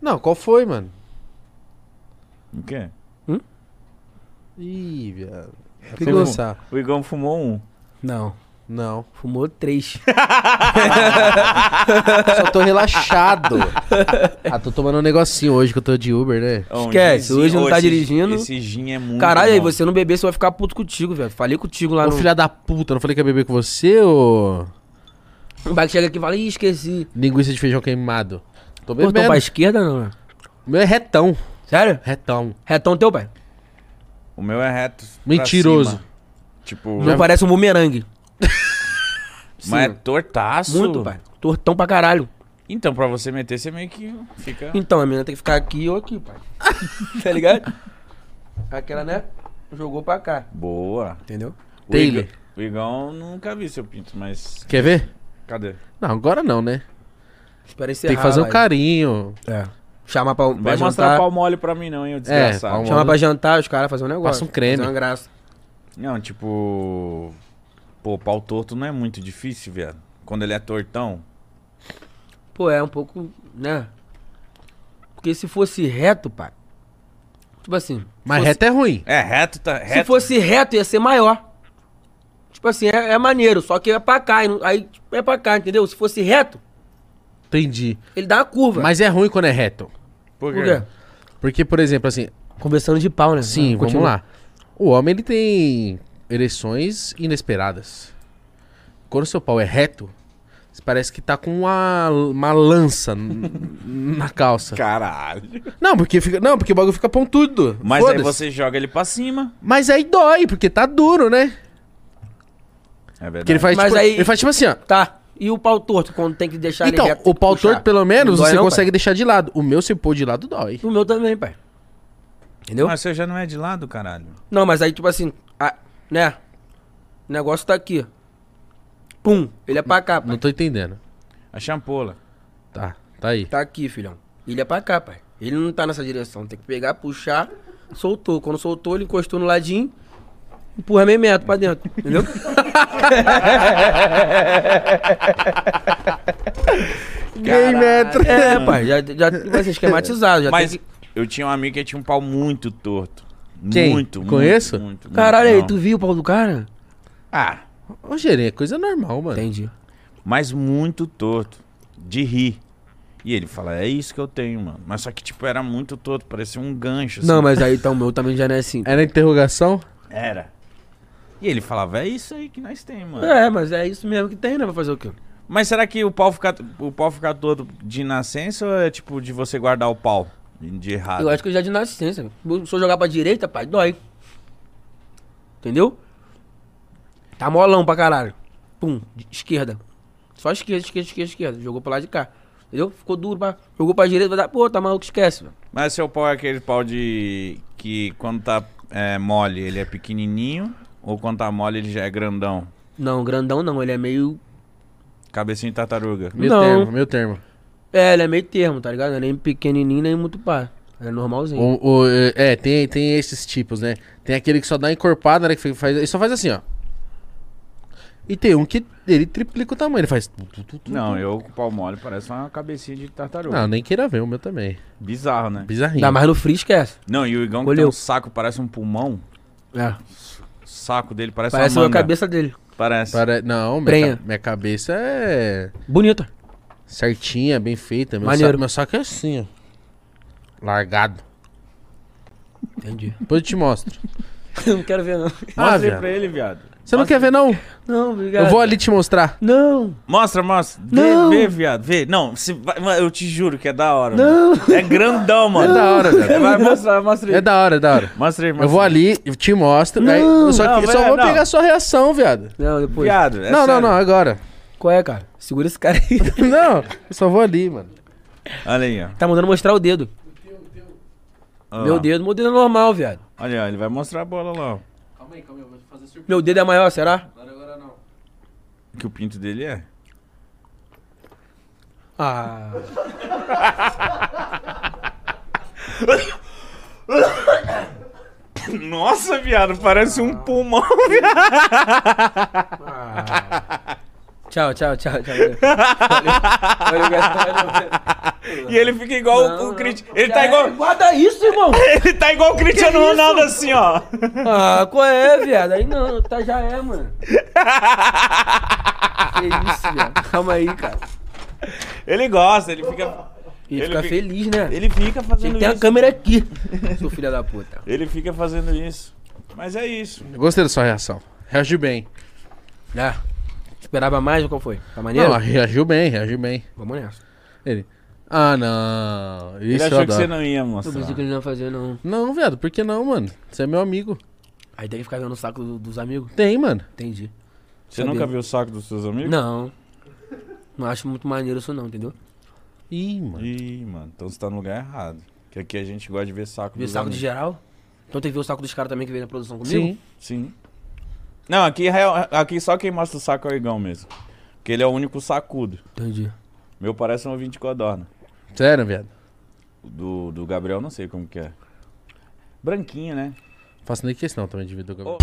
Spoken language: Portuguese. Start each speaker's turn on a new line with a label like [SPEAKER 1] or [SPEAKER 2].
[SPEAKER 1] Não, qual foi, mano?
[SPEAKER 2] O quê?
[SPEAKER 1] Ih, viado.
[SPEAKER 3] É
[SPEAKER 1] Vai
[SPEAKER 2] Pegou.
[SPEAKER 1] começar.
[SPEAKER 2] O Igão fumou um.
[SPEAKER 3] Não.
[SPEAKER 1] Não.
[SPEAKER 3] Fumou três.
[SPEAKER 1] Só tô relaxado. ah, tô tomando um negocinho hoje que eu tô de Uber, né?
[SPEAKER 2] Ó, um
[SPEAKER 3] Esquece,
[SPEAKER 2] ginzinho.
[SPEAKER 3] hoje não
[SPEAKER 2] Ô,
[SPEAKER 3] tá
[SPEAKER 2] esse-
[SPEAKER 3] dirigindo.
[SPEAKER 2] Esse gin é muito
[SPEAKER 3] Caralho, aí
[SPEAKER 2] bom.
[SPEAKER 3] você não beber, você vai ficar puto contigo, velho. Falei contigo lá
[SPEAKER 1] Ô,
[SPEAKER 3] no.
[SPEAKER 1] filha da puta, não falei que ia beber com você, ô...
[SPEAKER 3] Vai que chega aqui e fala, ih, esqueci.
[SPEAKER 1] Linguiça de feijão queimado. Tô
[SPEAKER 3] Cortou
[SPEAKER 1] bebendo.
[SPEAKER 3] pra esquerda, não, né?
[SPEAKER 1] Meu é retão.
[SPEAKER 3] Sério?
[SPEAKER 1] Retão.
[SPEAKER 3] Retão teu, pai.
[SPEAKER 2] O meu é reto. pra
[SPEAKER 1] Mentiroso.
[SPEAKER 2] cima. Tipo,
[SPEAKER 3] Não parece um bumerangue.
[SPEAKER 2] mas é tortaço.
[SPEAKER 3] Muito, pai. Tortão pra caralho.
[SPEAKER 2] Então, pra você meter, você meio que fica.
[SPEAKER 3] Então, a menina tem que ficar aqui ou aqui, pai. tá ligado? Aquela, né? Jogou pra cá.
[SPEAKER 2] Boa.
[SPEAKER 3] Entendeu?
[SPEAKER 2] O
[SPEAKER 1] Taylor.
[SPEAKER 2] Igão- O Igão nunca vi seu pinto, mas.
[SPEAKER 1] Quer ver?
[SPEAKER 2] Cadê?
[SPEAKER 1] Não, agora não, né?
[SPEAKER 3] Espera encerrar.
[SPEAKER 1] Tem que fazer
[SPEAKER 3] o
[SPEAKER 1] um carinho.
[SPEAKER 3] É. Chamar pra,
[SPEAKER 2] Não
[SPEAKER 3] pra
[SPEAKER 2] vai mostrar
[SPEAKER 3] jantar. É,
[SPEAKER 2] pau mole pra mim, não, hein, o desgraçado.
[SPEAKER 1] palmo-
[SPEAKER 3] Chamar pra jantar, os caras fazer um negócio.
[SPEAKER 1] um Passa um creme.
[SPEAKER 3] Fazer uma graça.
[SPEAKER 2] Não, tipo. Pô, pau torto não é muito difícil, viado. Quando ele é tortão.
[SPEAKER 3] Pô, é um pouco, né? Porque se fosse reto, pai. Tipo assim.
[SPEAKER 1] Mas
[SPEAKER 3] se fosse-
[SPEAKER 1] reto é ruim.
[SPEAKER 2] É, reto tá. Reto.
[SPEAKER 3] Se fosse reto, ia ser maior. Tipo assim, é, é maneiro, só que é pra cá. e não- Aí tipo, é pra cá, entendeu? Se fosse reto,
[SPEAKER 1] Entendi.
[SPEAKER 3] ele dá uma curva.
[SPEAKER 1] Mas é ruim quando é reto.
[SPEAKER 2] Por
[SPEAKER 3] Por
[SPEAKER 2] quê?
[SPEAKER 3] quê?
[SPEAKER 1] Porque, por exemplo, assim,
[SPEAKER 3] Conversando de pau, né?
[SPEAKER 1] Sim, vamos
[SPEAKER 3] Continua.
[SPEAKER 1] lá. O homem ele tem ereções inesperadas. Quando seu pau é reto, você parece que tá com uma, uma lança n- na calça.
[SPEAKER 2] Caralho.
[SPEAKER 1] Não, porque fica, não, porque o bagulho fica pontudo.
[SPEAKER 2] Mas aí
[SPEAKER 1] Foda-se.
[SPEAKER 2] você joga ele pra cima.
[SPEAKER 1] Mas aí dói, porque tá duro, né? Porque
[SPEAKER 2] É verdade.
[SPEAKER 1] ele faz
[SPEAKER 3] Mas
[SPEAKER 1] tipo,
[SPEAKER 3] aí-
[SPEAKER 1] ele faz tipo assim, ó.
[SPEAKER 3] Tá. E o pau torto, quando tem que deixar
[SPEAKER 1] Então,
[SPEAKER 3] ele reto? tem
[SPEAKER 1] o
[SPEAKER 3] que
[SPEAKER 1] pau
[SPEAKER 3] puxar?
[SPEAKER 1] torto, pelo menos,
[SPEAKER 3] Não dói
[SPEAKER 1] você
[SPEAKER 3] não,
[SPEAKER 1] consegue deixar de lado. O meu, se pôr de lado, dói.
[SPEAKER 3] pai? O meu também, pai. Entendeu?
[SPEAKER 2] Mas você já não é de lado, caralho.
[SPEAKER 3] Não, mas aí, tipo assim, a- né? O negócio tá aqui. Pum, ele é pra cá, pai.
[SPEAKER 1] Não tô entendendo.
[SPEAKER 2] A champola.
[SPEAKER 1] Tá, tá aí.
[SPEAKER 3] Tá aqui, filhão. Ele é pra cá, pai. Ele não tá nessa direção. Tem que pegar, puxar, soltou. Quando soltou, ele encostou no ladinho, empurra meio metro pra dentro. Entendeu?
[SPEAKER 2] Caralho.
[SPEAKER 1] metro.
[SPEAKER 3] é, pai. Já, já tipo assim, esquematizado. Já
[SPEAKER 2] Mas
[SPEAKER 3] tem que...
[SPEAKER 2] eu tinha um amigo que tinha um pau muito torto.
[SPEAKER 1] Quem?
[SPEAKER 2] Muito,
[SPEAKER 1] Conheço?
[SPEAKER 2] muito, muito.
[SPEAKER 3] Caralho, aí,
[SPEAKER 2] muito,
[SPEAKER 3] tu viu o pau do cara?
[SPEAKER 2] não. Ah,
[SPEAKER 1] Ô, Gerê, é coisa normal, mano.
[SPEAKER 3] Entendi.
[SPEAKER 2] mas muito torto. De rir. E ele fala, é isso que eu tenho, mano. Mas só que, tipo, era muito torto, parecia um gancho. assim.
[SPEAKER 3] Não, mas aí então o meu também já não é assim.
[SPEAKER 1] É na interrogação?
[SPEAKER 2] Era. E ele falava, é isso aí que nós temos, mano.
[SPEAKER 3] É, mas é isso mesmo que tem, né? Pra fazer o quê?
[SPEAKER 2] Mas será que o pau fica, o pau fica todo de nascença ou é, tipo, de você guardar o pau? De errado.
[SPEAKER 3] Eu acho que eu já Ah, de nascença. Se eu jogar pra direita, pai, dói. Entendeu? Tá molão pra caralho. Pum, de- esquerda. Só esquerda, esquerda, esquerda, esquerda. Jogou pro lado de cá. Entendeu? Ficou duro, pá. Jogou pra direita, vai dar. Pô, tá maluco, esquece, velho.
[SPEAKER 2] Mas seu pau é aquele pau de. que quando tá é, mole ele é pequenininho, ou quando tá mole ele já é grandão.
[SPEAKER 3] Não, grandão não. Ele é meio.
[SPEAKER 2] Cabecinha de tartaruga.
[SPEAKER 1] Meu
[SPEAKER 3] Não.
[SPEAKER 1] termo, meu termo.
[SPEAKER 3] É, ele é meio termo, tá ligado? Não é nem pequenininho, nem muito pá. Ele é normalzinho.
[SPEAKER 1] O- o- é, tem, tem esses tipos, né? Tem aquele que só dá encorpada, né? Que faz, ele só faz assim, ó. E tem um que ele triplica o tamanho, ele faz. tu, tu, tu, tu,
[SPEAKER 2] Não,
[SPEAKER 1] tu.
[SPEAKER 2] eu com o pau mole parece uma cabecinha de tartaruga.
[SPEAKER 1] Não, nem queira ver o meu também.
[SPEAKER 2] Bizarro, né?
[SPEAKER 1] Bizarrinho.
[SPEAKER 3] Ainda mais no free, esquece.
[SPEAKER 2] Não, e o Igão que
[SPEAKER 3] Olheu.
[SPEAKER 2] tem um saco, parece um pulmão.
[SPEAKER 3] É.
[SPEAKER 2] O saco dele parece,
[SPEAKER 3] Parece
[SPEAKER 2] uma
[SPEAKER 3] a
[SPEAKER 2] manga.
[SPEAKER 3] cabeça dele.
[SPEAKER 2] Parece.
[SPEAKER 1] Para- Não, minha,
[SPEAKER 3] Prenha.
[SPEAKER 1] ca- minha cabeça é
[SPEAKER 3] Bonita.
[SPEAKER 1] certinha, bem feita. Meu,
[SPEAKER 3] Maneiro.
[SPEAKER 1] saco, meu saco é assim, ó. Largado.
[SPEAKER 3] Entendi.
[SPEAKER 1] Depois eu te mostro.
[SPEAKER 3] não quero ver, não.
[SPEAKER 1] Ah,
[SPEAKER 2] Mostra aí
[SPEAKER 1] viado.
[SPEAKER 2] pra ele, viado.
[SPEAKER 1] Você não quer ver, não?
[SPEAKER 3] Não, obrigado.
[SPEAKER 1] Eu vou ali te mostrar.
[SPEAKER 3] Não.
[SPEAKER 2] Mostra, mostra. Vê,
[SPEAKER 3] Não.
[SPEAKER 2] vê, viado. Vê. Não, se vai- mano, eu te juro que é da hora.
[SPEAKER 3] Não.
[SPEAKER 2] mano. É grandão,
[SPEAKER 1] É
[SPEAKER 2] mano.
[SPEAKER 1] da hora,
[SPEAKER 2] É,
[SPEAKER 1] velho.
[SPEAKER 2] vai, mostra, mostra aí.
[SPEAKER 1] É da hora, é da hora.
[SPEAKER 2] Mostra aí, mostra
[SPEAKER 1] Eu vou
[SPEAKER 2] aí.
[SPEAKER 1] ali, eu te mostro. daí-
[SPEAKER 3] Não.
[SPEAKER 1] só que-
[SPEAKER 2] Não,
[SPEAKER 1] só
[SPEAKER 2] vai-
[SPEAKER 1] vou
[SPEAKER 2] não.
[SPEAKER 1] pegar a sua reação, viado.
[SPEAKER 3] Não, depois.
[SPEAKER 2] Viado, é
[SPEAKER 1] não, não,
[SPEAKER 2] sério.
[SPEAKER 1] não, agora.
[SPEAKER 3] Qual é, cara? Segura esse cara aí.
[SPEAKER 1] Não, eu só vou ali, mano.
[SPEAKER 2] Olha aí, ó.
[SPEAKER 3] tá mandando mostrar o dedo.
[SPEAKER 2] Olha
[SPEAKER 3] Meu
[SPEAKER 2] lá.
[SPEAKER 3] dedo, meu dedo é normal, viado.
[SPEAKER 2] Olha, ó, ele vai mostrar a bola lá, ó.
[SPEAKER 3] Meu dedo é maior, será?
[SPEAKER 2] Que o pinto dele é.
[SPEAKER 3] Ah.
[SPEAKER 2] Nossa, viado, parece um pulmão, viado.
[SPEAKER 3] Tchau, tchau, tchau, tchau. Valeu. Valeu, valeu.
[SPEAKER 2] E ele fica igual o- o Cristiano. Ele tá igual.
[SPEAKER 3] é, Guarda isso, irmão.
[SPEAKER 2] Ele tá igual o Cristiano
[SPEAKER 3] isso?
[SPEAKER 2] Ronaldo assim, ó.
[SPEAKER 3] Ah, qual é, viado? Aí não, tá, já é, mano. Que isso, viado. Calma aí, cara.
[SPEAKER 2] Ele gosta, ele fica.
[SPEAKER 3] Ele,
[SPEAKER 2] Ele
[SPEAKER 3] fica
[SPEAKER 2] fica-
[SPEAKER 3] feliz, né?
[SPEAKER 2] Ele fica
[SPEAKER 3] Tem
[SPEAKER 2] fazendo
[SPEAKER 3] que ter uma
[SPEAKER 2] isso.
[SPEAKER 3] câmera aqui, seu filho da puta.
[SPEAKER 2] Ele fica fazendo isso. Mas é isso.
[SPEAKER 1] Eu Gostei da sua reação. Reagiu bem.
[SPEAKER 3] Ah, esperava mais ou qual foi? Tá maneiro?
[SPEAKER 1] Não, reagiu bem, reagiu bem.
[SPEAKER 3] Vamos nessa.
[SPEAKER 1] Ele. Ah, não.
[SPEAKER 2] Ele
[SPEAKER 1] Isso eu
[SPEAKER 2] achou que
[SPEAKER 1] adoro.
[SPEAKER 2] você não ia
[SPEAKER 3] Eu
[SPEAKER 2] mostrar.
[SPEAKER 3] pensei que ele não ia fazer, não.
[SPEAKER 1] Não, viado, por que não, mano? Você é meu amigo.
[SPEAKER 3] Aí tem que ficar vendo o saco do- dos amigos.
[SPEAKER 1] Tem, mano.
[SPEAKER 3] Entendi.
[SPEAKER 2] Você
[SPEAKER 3] Sabia.
[SPEAKER 2] nunca viu o saco dos seus amigos?
[SPEAKER 3] Não. Não acho muito maneiro isso, não, entendeu?
[SPEAKER 1] Ih, mano.
[SPEAKER 2] Ih, mano, então você tá no lugar errado. Que aqui a gente gosta de ver saco
[SPEAKER 3] Ver
[SPEAKER 2] dos
[SPEAKER 3] saco de
[SPEAKER 2] amigos.
[SPEAKER 3] geral. Então teve o saco dos caras também que veio na produção comigo?
[SPEAKER 1] Sim.
[SPEAKER 2] Sim. Não, aqui, real- aqui só quem mostra o saco é o Igão mesmo. Porque ele é o único sacudo.
[SPEAKER 3] Entendi.
[SPEAKER 2] Meu parece um ouvinte codorna.
[SPEAKER 1] Sério, viado.
[SPEAKER 2] O Do, do Gabriel, não sei como que é. Branquinho, né?
[SPEAKER 1] Faço nem questão também de ver do Gabriel.